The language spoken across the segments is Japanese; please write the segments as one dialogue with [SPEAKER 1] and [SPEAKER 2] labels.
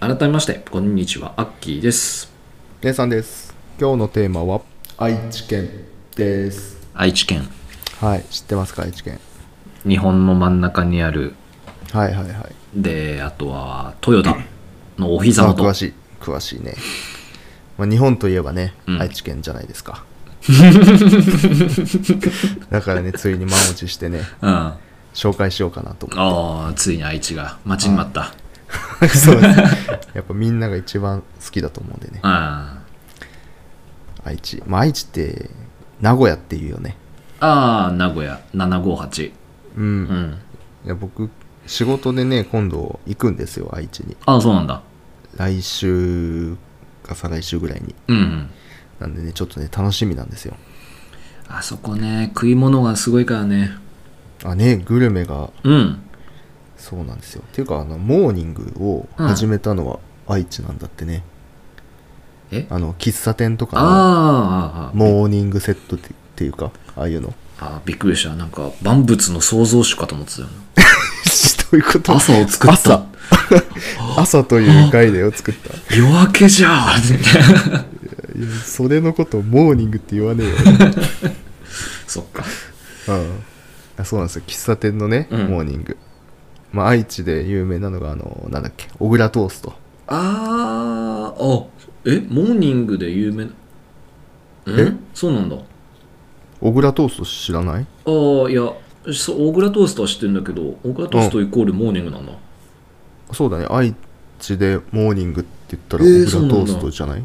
[SPEAKER 1] 改めましてこんにちはアッキーです
[SPEAKER 2] ネイさんです。今日のテーマは愛知県です。
[SPEAKER 1] 愛知県
[SPEAKER 2] はい、知ってますか愛知県。
[SPEAKER 1] 日本の真ん中にある
[SPEAKER 2] はいはいはい。
[SPEAKER 1] であとはトヨタのお膝
[SPEAKER 2] あ
[SPEAKER 1] 元
[SPEAKER 2] 詳しい詳しいね。まあ、日本といえばね、
[SPEAKER 1] うん
[SPEAKER 2] 愛知県じゃないですか。 だからね、ついに満を持してね、
[SPEAKER 1] うんあ
[SPEAKER 2] 紹介しようかなと思って
[SPEAKER 1] あついに愛知が待ちに待った
[SPEAKER 2] そうですやっぱみんなが一番好きだと思うんでね
[SPEAKER 1] あ
[SPEAKER 2] 愛知まあ愛知って名古屋っていうよね
[SPEAKER 1] あー名古屋758
[SPEAKER 2] うん、
[SPEAKER 1] うん
[SPEAKER 2] いや僕仕事でね今度行くんですよ愛知に
[SPEAKER 1] ああそうなんだ
[SPEAKER 2] 来週か再来週ぐらいに
[SPEAKER 1] うんうん
[SPEAKER 2] なんでねちょっとね楽しみなんですよ
[SPEAKER 1] あそこね食い物がすごいからね
[SPEAKER 2] あねグルメが
[SPEAKER 1] うん
[SPEAKER 2] そうなんですよっていうかあのモーニングを始めたのは愛知なんだってね、
[SPEAKER 1] え
[SPEAKER 2] あの喫茶店とか
[SPEAKER 1] あーあ
[SPEAKER 2] のモーニングセットってっていうかああいう の
[SPEAKER 1] ーあーびっくりしたなんか万物の創造主かと思ってたよ
[SPEAKER 2] どういうこと
[SPEAKER 1] 朝を作った
[SPEAKER 2] 朝朝という概念を作った
[SPEAKER 1] 夜明けじゃん
[SPEAKER 2] いやそれのことをモーニングって言 わねえよ、
[SPEAKER 1] そっか
[SPEAKER 2] うん、あそうなんですよ喫茶店のね、
[SPEAKER 1] うん
[SPEAKER 2] モーニング、まあ、愛知で有名なのがあのなんだっけ小倉トースト
[SPEAKER 1] あーあえモーニングで有名な
[SPEAKER 2] え
[SPEAKER 1] えそうなんだ
[SPEAKER 2] 小倉トースト知らない
[SPEAKER 1] ああいやそう大倉トーストは知ってるんだけど大倉トーストイコールモーニングなんだ、
[SPEAKER 2] そうだね愛知でモーニングって言ったら
[SPEAKER 1] えー
[SPEAKER 2] 小倉トーストじゃない、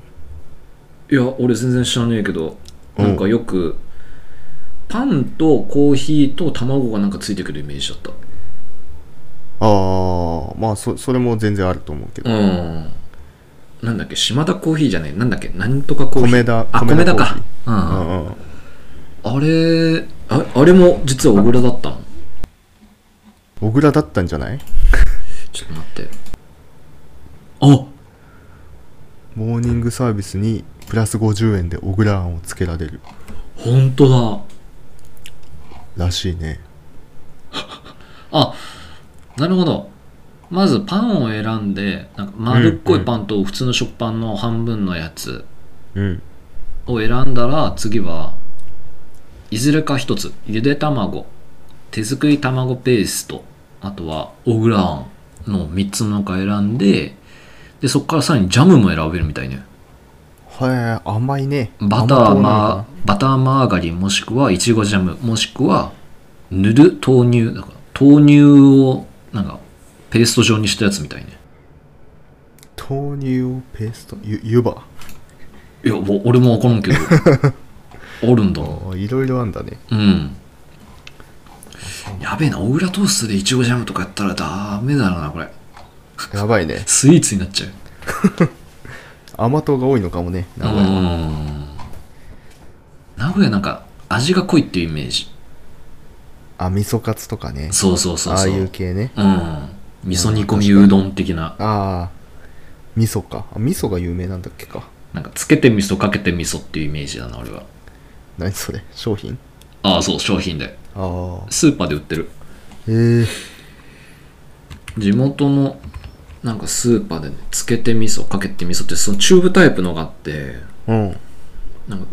[SPEAKER 1] いや俺全然知らねえけど
[SPEAKER 2] うん
[SPEAKER 1] なんかよくパンとコーヒーと卵がなんかついてくるイメージだった
[SPEAKER 2] ああまあそそれも全然あると思うけど、
[SPEAKER 1] うんなんだっけ島田コーヒーじゃないなんだっけなんとかコーヒー
[SPEAKER 2] 米田
[SPEAKER 1] あ米
[SPEAKER 2] 米
[SPEAKER 1] 田
[SPEAKER 2] 田コー
[SPEAKER 1] か
[SPEAKER 2] ヒ
[SPEAKER 1] う、
[SPEAKER 2] うんんうん
[SPEAKER 1] あれああれも実は小倉だったの
[SPEAKER 2] 小倉だったんじゃない
[SPEAKER 1] ちょっと待ってあ
[SPEAKER 2] モーニングサービスにプラス50円で小倉あんをつけられる
[SPEAKER 1] 本当だ
[SPEAKER 2] らしいね
[SPEAKER 1] あなるほどまずパンを選んでなんか丸っこいパンと普通の食パンの半分のやつ
[SPEAKER 2] うん
[SPEAKER 1] を選んだら次はいずれか一つゆで卵手作り卵ペーストあとはオグラあんの3つの中選んででそこからさらにジャムも選べるみたいね
[SPEAKER 2] はい、甘いね。
[SPEAKER 1] バター
[SPEAKER 2] 甘党なのか
[SPEAKER 1] マーバターマーガリンもしくはいちごジャムもしくは塗る豆乳だから豆乳をなんかペースト状にしたやつみたいね
[SPEAKER 2] な豆乳をペースト、ゆ、湯葉。
[SPEAKER 1] いやもう俺も分からんけ どおるんだな
[SPEAKER 2] ああいろいろあんだね。
[SPEAKER 1] うん。やべえな、小倉トーストでイチゴジャムとかやったらダメだな、これ。
[SPEAKER 2] やばいね。
[SPEAKER 1] スイーツになっちゃう。
[SPEAKER 2] 甘党が多いのかもね。名古屋は
[SPEAKER 1] うん。名古屋なんか味が濃いっていうイメージ。
[SPEAKER 2] あ、味噌カツとかね。
[SPEAKER 1] そうそうそう
[SPEAKER 2] ああ
[SPEAKER 1] そう。
[SPEAKER 2] いう系ね。
[SPEAKER 1] うん。味噌煮込みうどん的な。
[SPEAKER 2] ああ、味噌か。あ味噌が有名なんだっけか。
[SPEAKER 1] なんかつけて味噌かけて味噌っていうイメージだな、俺は。
[SPEAKER 2] 何それ商品
[SPEAKER 1] ああ、そう、商品で。
[SPEAKER 2] ああ。
[SPEAKER 1] スーパーで売ってる。
[SPEAKER 2] えー、
[SPEAKER 1] 地元のなんかスーパーでね、つけて味噌かけて味噌ってそのチューブタイプのがあって、
[SPEAKER 2] うん。
[SPEAKER 1] なんか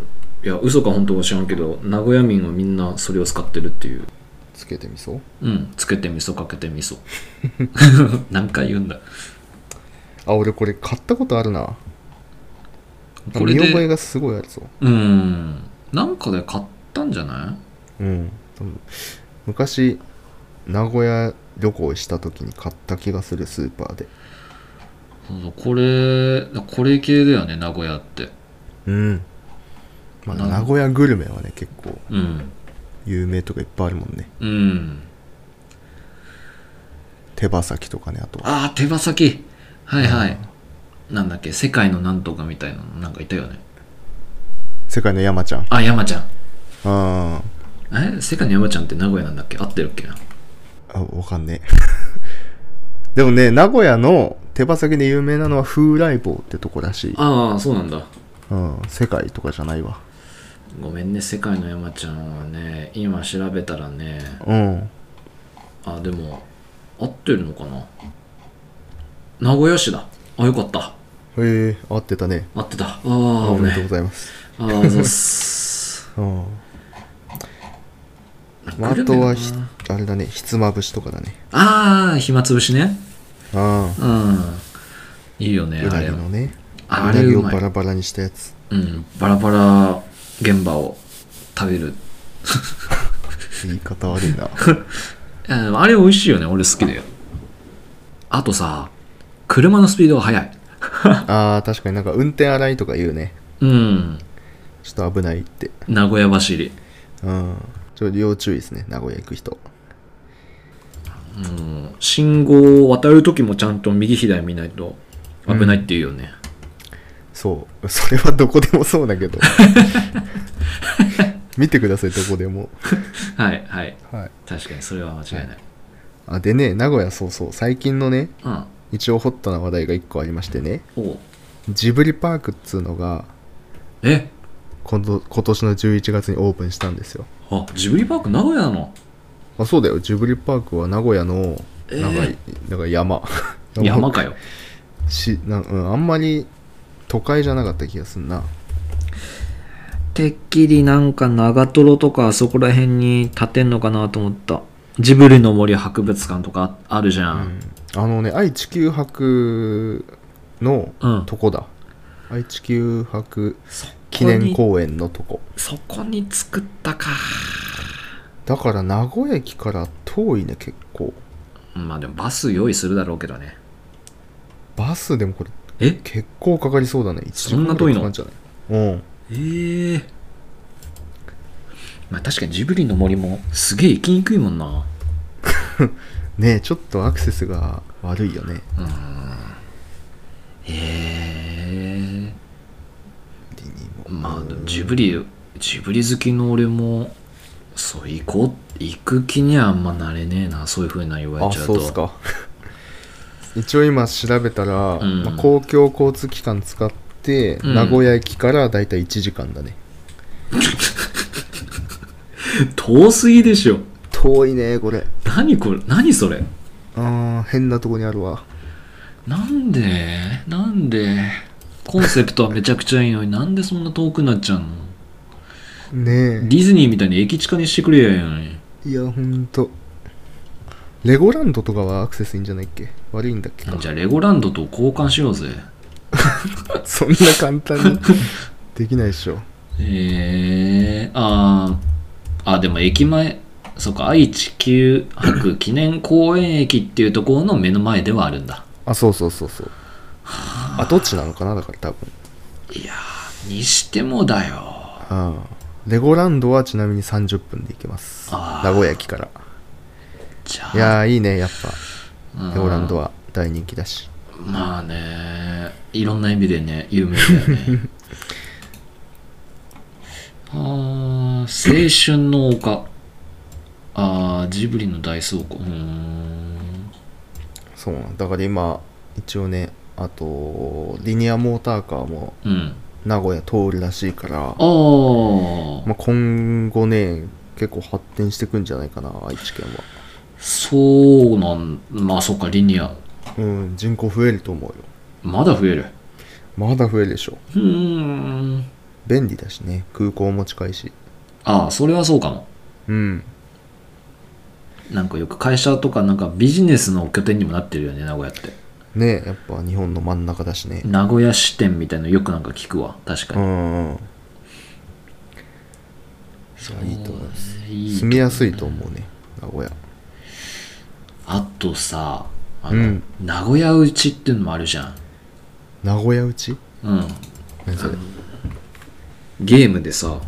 [SPEAKER 1] いや嘘か本当か知らんけど名古屋民はみんなそれを使ってるっていう
[SPEAKER 2] つけて味噌
[SPEAKER 1] うんつけて味噌かけて味噌 何回言うんだ
[SPEAKER 2] あ、俺これ買ったことあるな。
[SPEAKER 1] これ
[SPEAKER 2] 見覚え
[SPEAKER 1] で
[SPEAKER 2] がすごいあるぞ。
[SPEAKER 1] うんなんかで買ったんじゃな
[SPEAKER 2] うん。多分昔、名古屋旅行した時に買った気がするスーパーで。
[SPEAKER 1] いそうそうこれこれ系だよね名古屋って
[SPEAKER 2] うん、まあ、
[SPEAKER 1] なん
[SPEAKER 2] 名古屋グルメはね結構
[SPEAKER 1] うん
[SPEAKER 2] 有名とかいっぱいあるもんね
[SPEAKER 1] うん
[SPEAKER 2] 手羽先とかねあとは
[SPEAKER 1] ああ手羽先はいはい、なんだっけ世界のなんとかみたいなのなんかいたよね
[SPEAKER 2] 世界の山ちゃん
[SPEAKER 1] あ山ちゃん
[SPEAKER 2] うんあ
[SPEAKER 1] え世界の山ちゃんって名古屋なんだっけ合ってるっけな
[SPEAKER 2] わかんねえ でもね名古屋の手羽先で有名なのは風来坊ってとこらしい、
[SPEAKER 1] ああそうなんだ
[SPEAKER 2] うん、世界とかじゃないわ
[SPEAKER 1] ごめんね世界の山ちゃんはね今調べたらね
[SPEAKER 2] うん
[SPEAKER 1] あでも合ってるのかな名古屋市だあよかった
[SPEAKER 2] へえ合ってたね
[SPEAKER 1] 合ってたああ
[SPEAKER 2] お
[SPEAKER 1] おめ
[SPEAKER 2] めで
[SPEAKER 1] で
[SPEAKER 2] と
[SPEAKER 1] と
[SPEAKER 2] う
[SPEAKER 1] う
[SPEAKER 2] ございます
[SPEAKER 1] あーそうっす
[SPEAKER 2] うん まあ、あとはひあれだねひつまぶしとかだね
[SPEAKER 1] ああ暇つぶしね
[SPEAKER 2] あ
[SPEAKER 1] うんいいよね
[SPEAKER 2] あう
[SPEAKER 1] あ
[SPEAKER 2] な
[SPEAKER 1] れ
[SPEAKER 2] ぎのね
[SPEAKER 1] あ
[SPEAKER 2] う
[SPEAKER 1] れ
[SPEAKER 2] なぎ
[SPEAKER 1] う
[SPEAKER 2] を
[SPEAKER 1] まい
[SPEAKER 2] バラバラにしたや つ
[SPEAKER 1] うんバラバラ現場を食べる
[SPEAKER 2] 言い方悪いな
[SPEAKER 1] あーあれ美味しいよね俺好きだよあとさ車のスピードが速い
[SPEAKER 2] あー確かになんか運転荒いとか言うね
[SPEAKER 1] うん
[SPEAKER 2] ちょっと危ないって
[SPEAKER 1] 名古屋走り
[SPEAKER 2] うんちょっと要注意ですね名古屋行く人
[SPEAKER 1] うん信号を渡る時もちゃんと右左見ないと危ないっていうよね、
[SPEAKER 2] そう それはどこでもそうだけど 見てくださいどこでも
[SPEAKER 1] はいはい
[SPEAKER 2] はい
[SPEAKER 1] 確かにそれは間違いない、
[SPEAKER 2] あでね名古屋そうそう最近のね
[SPEAKER 1] うん
[SPEAKER 2] 一応ホットな話題が1個ありましてね
[SPEAKER 1] おう
[SPEAKER 2] ジブリパークっつうのが
[SPEAKER 1] え
[SPEAKER 2] 今度今年の11月にオープンしたんですよ
[SPEAKER 1] あジブリパーク名古屋なの
[SPEAKER 2] あそうだよジブリパークは名古屋の
[SPEAKER 1] えー
[SPEAKER 2] なんか,、なんか山
[SPEAKER 1] 山かよ
[SPEAKER 2] しな、うん、あんまり都会じゃなかった気がすんな
[SPEAKER 1] てっきりなんか長瀞とかそこら辺に建てんのかなと思ったジブリの森博物館とかああるじゃん、
[SPEAKER 2] あのね愛・地球博の
[SPEAKER 1] うん
[SPEAKER 2] とこだ、愛・地球博記念公園のとこ
[SPEAKER 1] そこに作ったか
[SPEAKER 2] だから名古屋駅から遠いね結構
[SPEAKER 1] まあでもバス用意するだろうけどね
[SPEAKER 2] バスでもこれ
[SPEAKER 1] え
[SPEAKER 2] 結構かかりそうだね1時間
[SPEAKER 1] そんな遠いの
[SPEAKER 2] ぐらかかんじゃないうん
[SPEAKER 1] ええまあ確かにジブリの森もすげえ行きにくいもんな
[SPEAKER 2] ねえちょっとアクセスが悪いよね
[SPEAKER 1] うーんええ
[SPEAKER 2] ディズニーも
[SPEAKER 1] まあジブリジブリ好きの俺もそう行こう行く気にはあんまなれねえなそういうふうな言われ
[SPEAKER 2] あ
[SPEAKER 1] ちゃう
[SPEAKER 2] そ
[SPEAKER 1] と
[SPEAKER 2] うっすか 一応今調べたら、
[SPEAKER 1] うん
[SPEAKER 2] まあ公共交通機関使って
[SPEAKER 1] うん
[SPEAKER 2] 名古屋駅からだいたい1時間だね、
[SPEAKER 1] 遠すぎでしょ
[SPEAKER 2] 遠いねこれ
[SPEAKER 1] 何これ何それ
[SPEAKER 2] あー変なとこにあるわ
[SPEAKER 1] なんでなんでコンセプトはめちゃくちゃいいのになんでそんな遠くなっちゃうの
[SPEAKER 2] ね
[SPEAKER 1] ディズニーみたいに駅近にしてくれやいいのに
[SPEAKER 2] えいやほんとレゴランドとかはアクセスいいんじゃないっけ悪いんだっけか
[SPEAKER 1] じゃあレゴランドと交換しようぜ
[SPEAKER 2] そんな簡単に できないでしょ
[SPEAKER 1] えー、あーあでも駅前そうか愛・地球博記念公園駅っていうところの目の前ではあるんだ
[SPEAKER 2] あそうそうそうそうあどっちなのかなだから多分
[SPEAKER 1] いやーにしてもだよ
[SPEAKER 2] あーレゴランドはちなみに30分で行けます
[SPEAKER 1] あー
[SPEAKER 2] 名古屋駅から
[SPEAKER 1] じゃあ
[SPEAKER 2] いやーいいねやっ
[SPEAKER 1] う
[SPEAKER 2] ぱ
[SPEAKER 1] ん
[SPEAKER 2] レゴランドは大人気だし
[SPEAKER 1] まあねいろんな意味でね有名だよ ねあー青春の丘あージブリの大倉庫うーん
[SPEAKER 2] そうなんだから今一応ねあとリニアモーターカーも
[SPEAKER 1] うん
[SPEAKER 2] 名古屋通るらしいから
[SPEAKER 1] ああ
[SPEAKER 2] まあ、今後ね結構発展してくんじゃないかな愛知県は
[SPEAKER 1] そうなんまあそっかリニア
[SPEAKER 2] うん人口増えると思うよ
[SPEAKER 1] まだ増える
[SPEAKER 2] まだ増えるでしょ
[SPEAKER 1] うーん
[SPEAKER 2] 便利だしね空港も近いし
[SPEAKER 1] ああそれはそうかも
[SPEAKER 2] うん
[SPEAKER 1] なんかよく会社とかなんかビジネスの拠点にもなってるよね名古屋って
[SPEAKER 2] ねやっぱ日本の真ん中だしね
[SPEAKER 1] 名古屋支店みたいなのよくなんか聞くわ確か
[SPEAKER 2] う
[SPEAKER 1] に、
[SPEAKER 2] んうんいやいいと思います
[SPEAKER 1] いい
[SPEAKER 2] 住みやすいと思うね名古屋
[SPEAKER 1] あとさあの、
[SPEAKER 2] うん
[SPEAKER 1] 名古屋うちっていうのもあるじゃん
[SPEAKER 2] 名古屋うち
[SPEAKER 1] うん
[SPEAKER 2] 何それ
[SPEAKER 1] ゲームでさ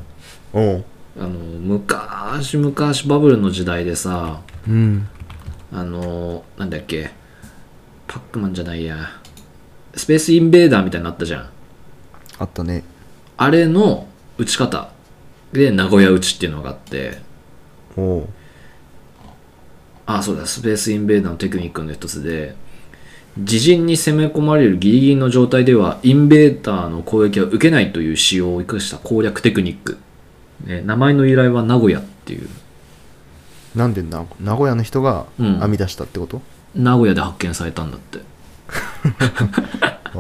[SPEAKER 2] おう
[SPEAKER 1] あの昔昔バブルの時代でさ
[SPEAKER 2] うん
[SPEAKER 1] ああのーなんだっけパックマンじゃないやスペースインベーダーみたいになったじゃん
[SPEAKER 2] あったね
[SPEAKER 1] あれの打ち方で名古屋打ちっていうのがあって
[SPEAKER 2] おお
[SPEAKER 1] あそうだスペースインベーダーのテクニックの一つで自陣に攻め込まれるギリギリの状態ではインベーターの攻撃は受けないという仕様を生かした攻略テクニック、ね、名前の由来は名古屋っていう
[SPEAKER 2] なんでな名古屋の人が
[SPEAKER 1] うん
[SPEAKER 2] 編み出したってこと、
[SPEAKER 1] 名古屋で発見されたんだって
[SPEAKER 2] ああ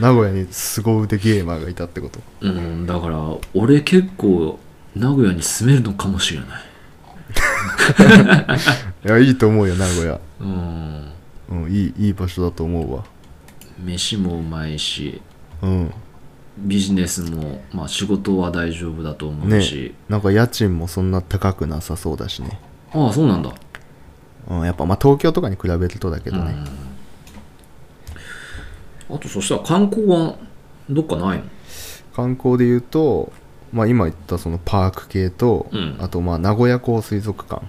[SPEAKER 2] 名古屋に凄腕ゲーマーがいたってこと
[SPEAKER 1] うんだから俺結構名古屋に住めるのかもしれない
[SPEAKER 2] いやいいと思うよ名古屋、
[SPEAKER 1] うん
[SPEAKER 2] うん、いいいい場所だと思うわ
[SPEAKER 1] 飯もうまいし
[SPEAKER 2] うん
[SPEAKER 1] ビジネスも、まあ、仕事は大丈夫だと思うし、
[SPEAKER 2] なんか家賃もそんな高くなさそうだしね、
[SPEAKER 1] ああそうなんだ
[SPEAKER 2] うん、やっぱまあ東京とかに比べるとだけどね、
[SPEAKER 1] うんあとそしたら観光はどっかないの
[SPEAKER 2] 観光で言うと、まあ、今言ったそのパーク系と、
[SPEAKER 1] うん
[SPEAKER 2] あとまあ名古屋港水族館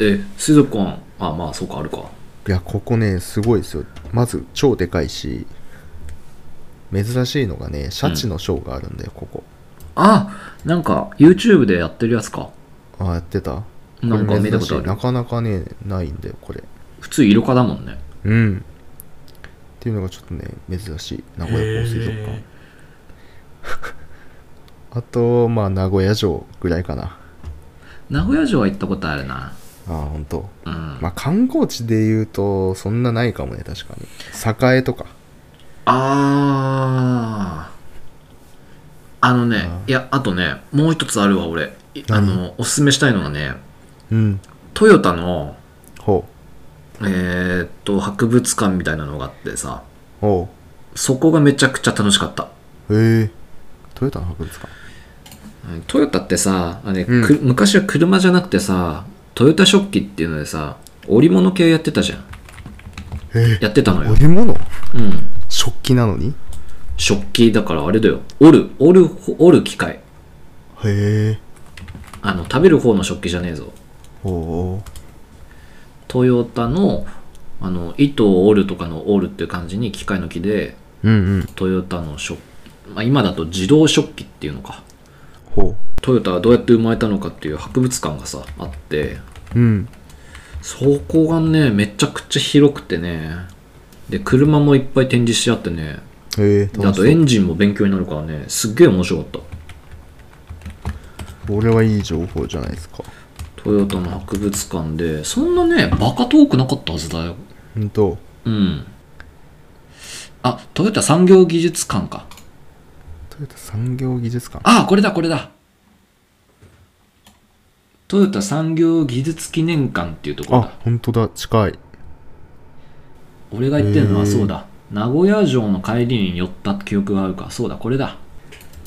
[SPEAKER 1] え水族館あまあそうかあるか
[SPEAKER 2] いやここねすごいですよまず超でかいし珍しいのがねシャチのショーがあるんだよ、ここ
[SPEAKER 1] あなんか YouTube でやってるやつか
[SPEAKER 2] あやってた
[SPEAKER 1] なんか見た
[SPEAKER 2] 珍
[SPEAKER 1] こ
[SPEAKER 2] し
[SPEAKER 1] とあ
[SPEAKER 2] い
[SPEAKER 1] る
[SPEAKER 2] なかなかねないんだよこれ
[SPEAKER 1] 普通イルカだもんね
[SPEAKER 2] うんっていうのがちょっとね珍しい名古屋港水族館 あとまあ名古屋城ぐらいかな
[SPEAKER 1] 名古屋城は行ったことあるな
[SPEAKER 2] ああ本当。
[SPEAKER 1] うん、
[SPEAKER 2] まあ観光地で言うとそんなないかもね確かに栄とか
[SPEAKER 1] あーあのね
[SPEAKER 2] あー
[SPEAKER 1] いやあとねもう一つあるわ俺いあ
[SPEAKER 2] 何
[SPEAKER 1] のおすすめしたいのがね
[SPEAKER 2] うん
[SPEAKER 1] トヨタの
[SPEAKER 2] ほ
[SPEAKER 1] えーっと博物館みたいなのがあってさ
[SPEAKER 2] うほ
[SPEAKER 1] そこがめちゃくちゃ楽しかった
[SPEAKER 2] うへえトヨタの博物館
[SPEAKER 1] うんトヨタってさあれ、
[SPEAKER 2] うん
[SPEAKER 1] く昔は車じゃなくてさトヨタ食器っていうのでさ織物系やってたじゃん
[SPEAKER 2] え
[SPEAKER 1] やってたのよ、
[SPEAKER 2] 織物
[SPEAKER 1] うん、
[SPEAKER 2] 食器なのに
[SPEAKER 1] 食器だからあれだよ折る折る折る機械
[SPEAKER 2] へえ
[SPEAKER 1] あの食べる方の食器じゃねえぞ
[SPEAKER 2] ほ
[SPEAKER 1] トヨタのあの糸を折るとかの折るっていう感じに機械の木で
[SPEAKER 2] ううんうん
[SPEAKER 1] トヨタの食器、まあ、今だと自動食器っていうのか
[SPEAKER 2] ほ
[SPEAKER 1] トヨタはどうやって生まれたのかっていう博物館がさあって
[SPEAKER 2] ううん
[SPEAKER 1] そこがねめちゃくちゃ広くてねで車もいっぱい展示してあってね
[SPEAKER 2] へえ
[SPEAKER 1] であ
[SPEAKER 2] 楽し
[SPEAKER 1] と
[SPEAKER 2] そ
[SPEAKER 1] エ
[SPEAKER 2] う
[SPEAKER 1] ンジンも勉強になるからねすっげえ面白かった
[SPEAKER 2] これはいい情報じゃないですか
[SPEAKER 1] トヨタの博物館でそんなねバカ遠くなかったはずだよ
[SPEAKER 2] ほんと
[SPEAKER 1] うんあトヨタ産業技術館か
[SPEAKER 2] トヨタ産業技術館
[SPEAKER 1] あこれだこれだトヨタ産業技術記念館っていうところだ
[SPEAKER 2] あ本当だ近い
[SPEAKER 1] 俺が言ってるのは
[SPEAKER 2] へー
[SPEAKER 1] そうだ名古屋城の帰りに寄った記憶があるかそうだこれだ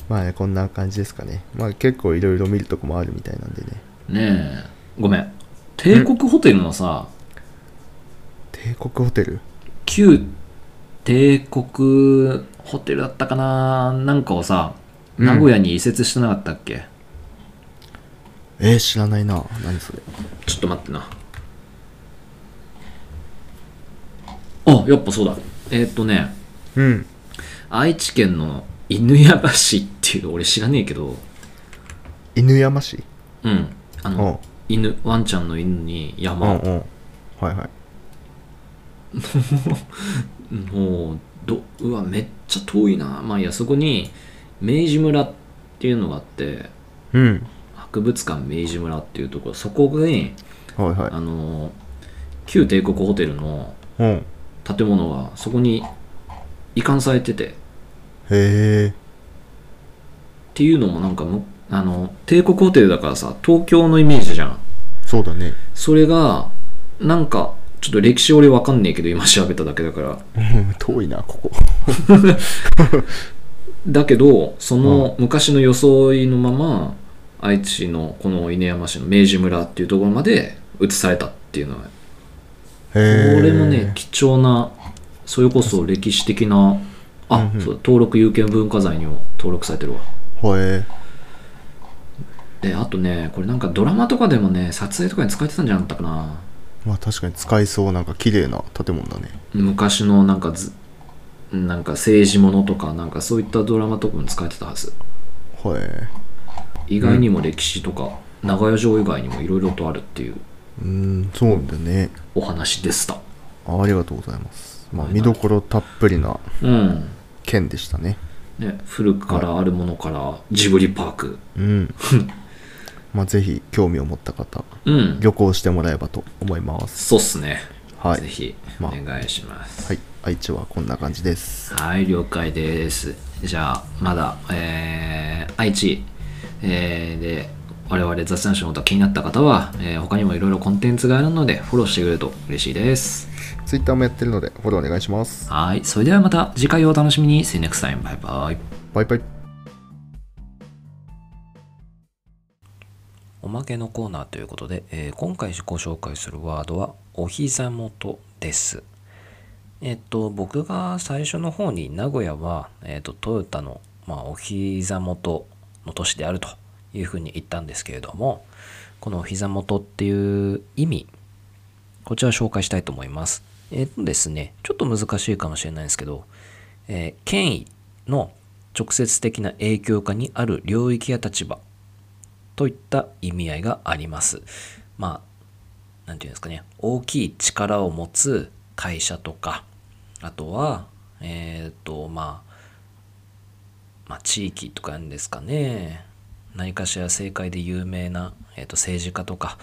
[SPEAKER 2] まあねこんな感じですかねまあ結構いろいろ見るとこもあるみたいなんでね
[SPEAKER 1] ねえごめん帝国ホテルのさ
[SPEAKER 2] 帝国ホテル
[SPEAKER 1] 旧帝国ホテルだったかななんかをさ
[SPEAKER 2] うん
[SPEAKER 1] 名古屋に移設してなかったっけ、
[SPEAKER 2] えー、知らないな何それ
[SPEAKER 1] ちょっと待ってなあやっぱそうだえーっとね
[SPEAKER 2] うん
[SPEAKER 1] 愛知県の犬山市っていう俺知らねえけど
[SPEAKER 2] 犬山市
[SPEAKER 1] うんあ
[SPEAKER 2] う
[SPEAKER 1] の犬ワンちゃんの犬に
[SPEAKER 2] うん
[SPEAKER 1] 山
[SPEAKER 2] うんはいはい
[SPEAKER 1] もうどうわめっちゃ遠いなまあいいやそこに明治村っていうのがあって
[SPEAKER 2] うん
[SPEAKER 1] 博物館明治村っていうところそこに
[SPEAKER 2] はいはい
[SPEAKER 1] あのー旧帝国ホテルの
[SPEAKER 2] うんへ
[SPEAKER 1] 建物がそこに移管されててっ
[SPEAKER 2] え
[SPEAKER 1] ていうのもなんかむあの帝国ホテルだからさ東京のイメージじゃん
[SPEAKER 2] そうだね
[SPEAKER 1] それがなんかちょっと歴史俺わかんねえけど今調べただけだから
[SPEAKER 2] うん遠いなここ
[SPEAKER 1] だけどその昔の装いのまま愛知のこの犬山市の明治村っていうところまで移されたっていうのはこ
[SPEAKER 2] へえ
[SPEAKER 1] れもね貴重なそれこそ歴史的なあ
[SPEAKER 2] うんうん
[SPEAKER 1] そう登録有形文化財にも登録されてるわ
[SPEAKER 2] へえ
[SPEAKER 1] であとねこれなんかドラマとかでもね撮影とかに使えてたんじゃなかったかな
[SPEAKER 2] まあ確かに使いそうなんか綺麗な建物だね
[SPEAKER 1] 昔のなんかずなんか政治ものとかなんかそういったドラマとかも使えてたはず
[SPEAKER 2] はい
[SPEAKER 1] 意外にも歴史とか、長屋城以外にもいろいろとあるっていう
[SPEAKER 2] うーんそうだね
[SPEAKER 1] お話でした
[SPEAKER 2] あありがとうございますまあ
[SPEAKER 1] はい
[SPEAKER 2] 見どころたっぷりな
[SPEAKER 1] うん
[SPEAKER 2] 県でしたね
[SPEAKER 1] ね古くからあるものからジブリパーク
[SPEAKER 2] うん まあぜひ興味を持った方
[SPEAKER 1] うん
[SPEAKER 2] 旅行してもらえばと思います
[SPEAKER 1] そうっすね、
[SPEAKER 2] は
[SPEAKER 1] ぜ
[SPEAKER 2] い、
[SPEAKER 1] ひお
[SPEAKER 2] まあ
[SPEAKER 1] 願いします、
[SPEAKER 2] はい、愛知はこんな感じです
[SPEAKER 1] はい、了解です。じゃあ、まだ、えー愛知、えーで、我々雑談師のことが気になった方は、えー他にもいろいろコンテンツがあるので、フォローしてくれると嬉しいです。
[SPEAKER 2] Twitter もやってるのでフォローお願いします
[SPEAKER 1] はい、それではまた次回をお楽しみに。See you next time. Bye bye.
[SPEAKER 2] バイバイ
[SPEAKER 1] おまけのコーナーということで、えー今回ご紹介するワードは「お膝元」です。えっと僕が最初の方に名古屋は、えっとトヨタの、まあ、お膝元の都市であるというふうに言ったんですけれどもこのお膝元っていう意味こちらを紹介したいと思います。えっとですねちょっと難しいかもしれないですけど、えー権威の直接的な影響下にある領域や立場といった意味合いがあります。まあ、なんていうんですかね、大きい力を持つ会社とか、あとは、えっ、と、まあ、まあ、地域とかなんですかね、何かしら政界で有名な、えー、と政治家とか、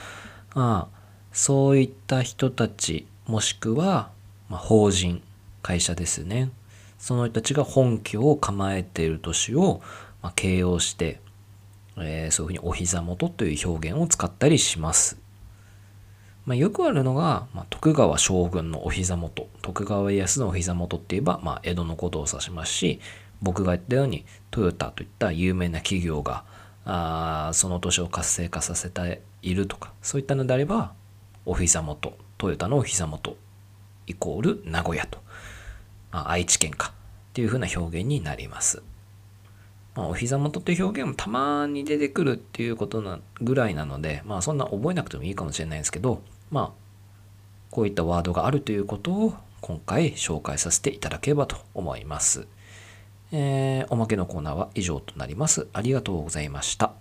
[SPEAKER 1] まあ、そういった人たち、もしくは、まあ、法人、会社ですね。その人たちが本拠を構えている都市を、まあ、形容して、えーそういうふうにお膝元という表現を使ったりします。まあ、よくあるのが、まあ、徳川将軍のお膝元徳川家康のお膝元っていえば、まあ、江戸のことを指しますし僕が言ったようにトヨタといった有名な企業があーその年を活性化させているとかそういったのであればお膝元トヨタのお膝元イコール名古屋と、あ、愛知県かっていうふうな表現になります。まあ、お膝元っていう表現もたまに出てくるっていうことなぐらいなので、まあ、そんな覚えなくてもいいかもしれないですけど、まあ、こういったワードがあるということを今回紹介させていただければと思います。えーおまけのコーナーは以上となります。ありがとうございました。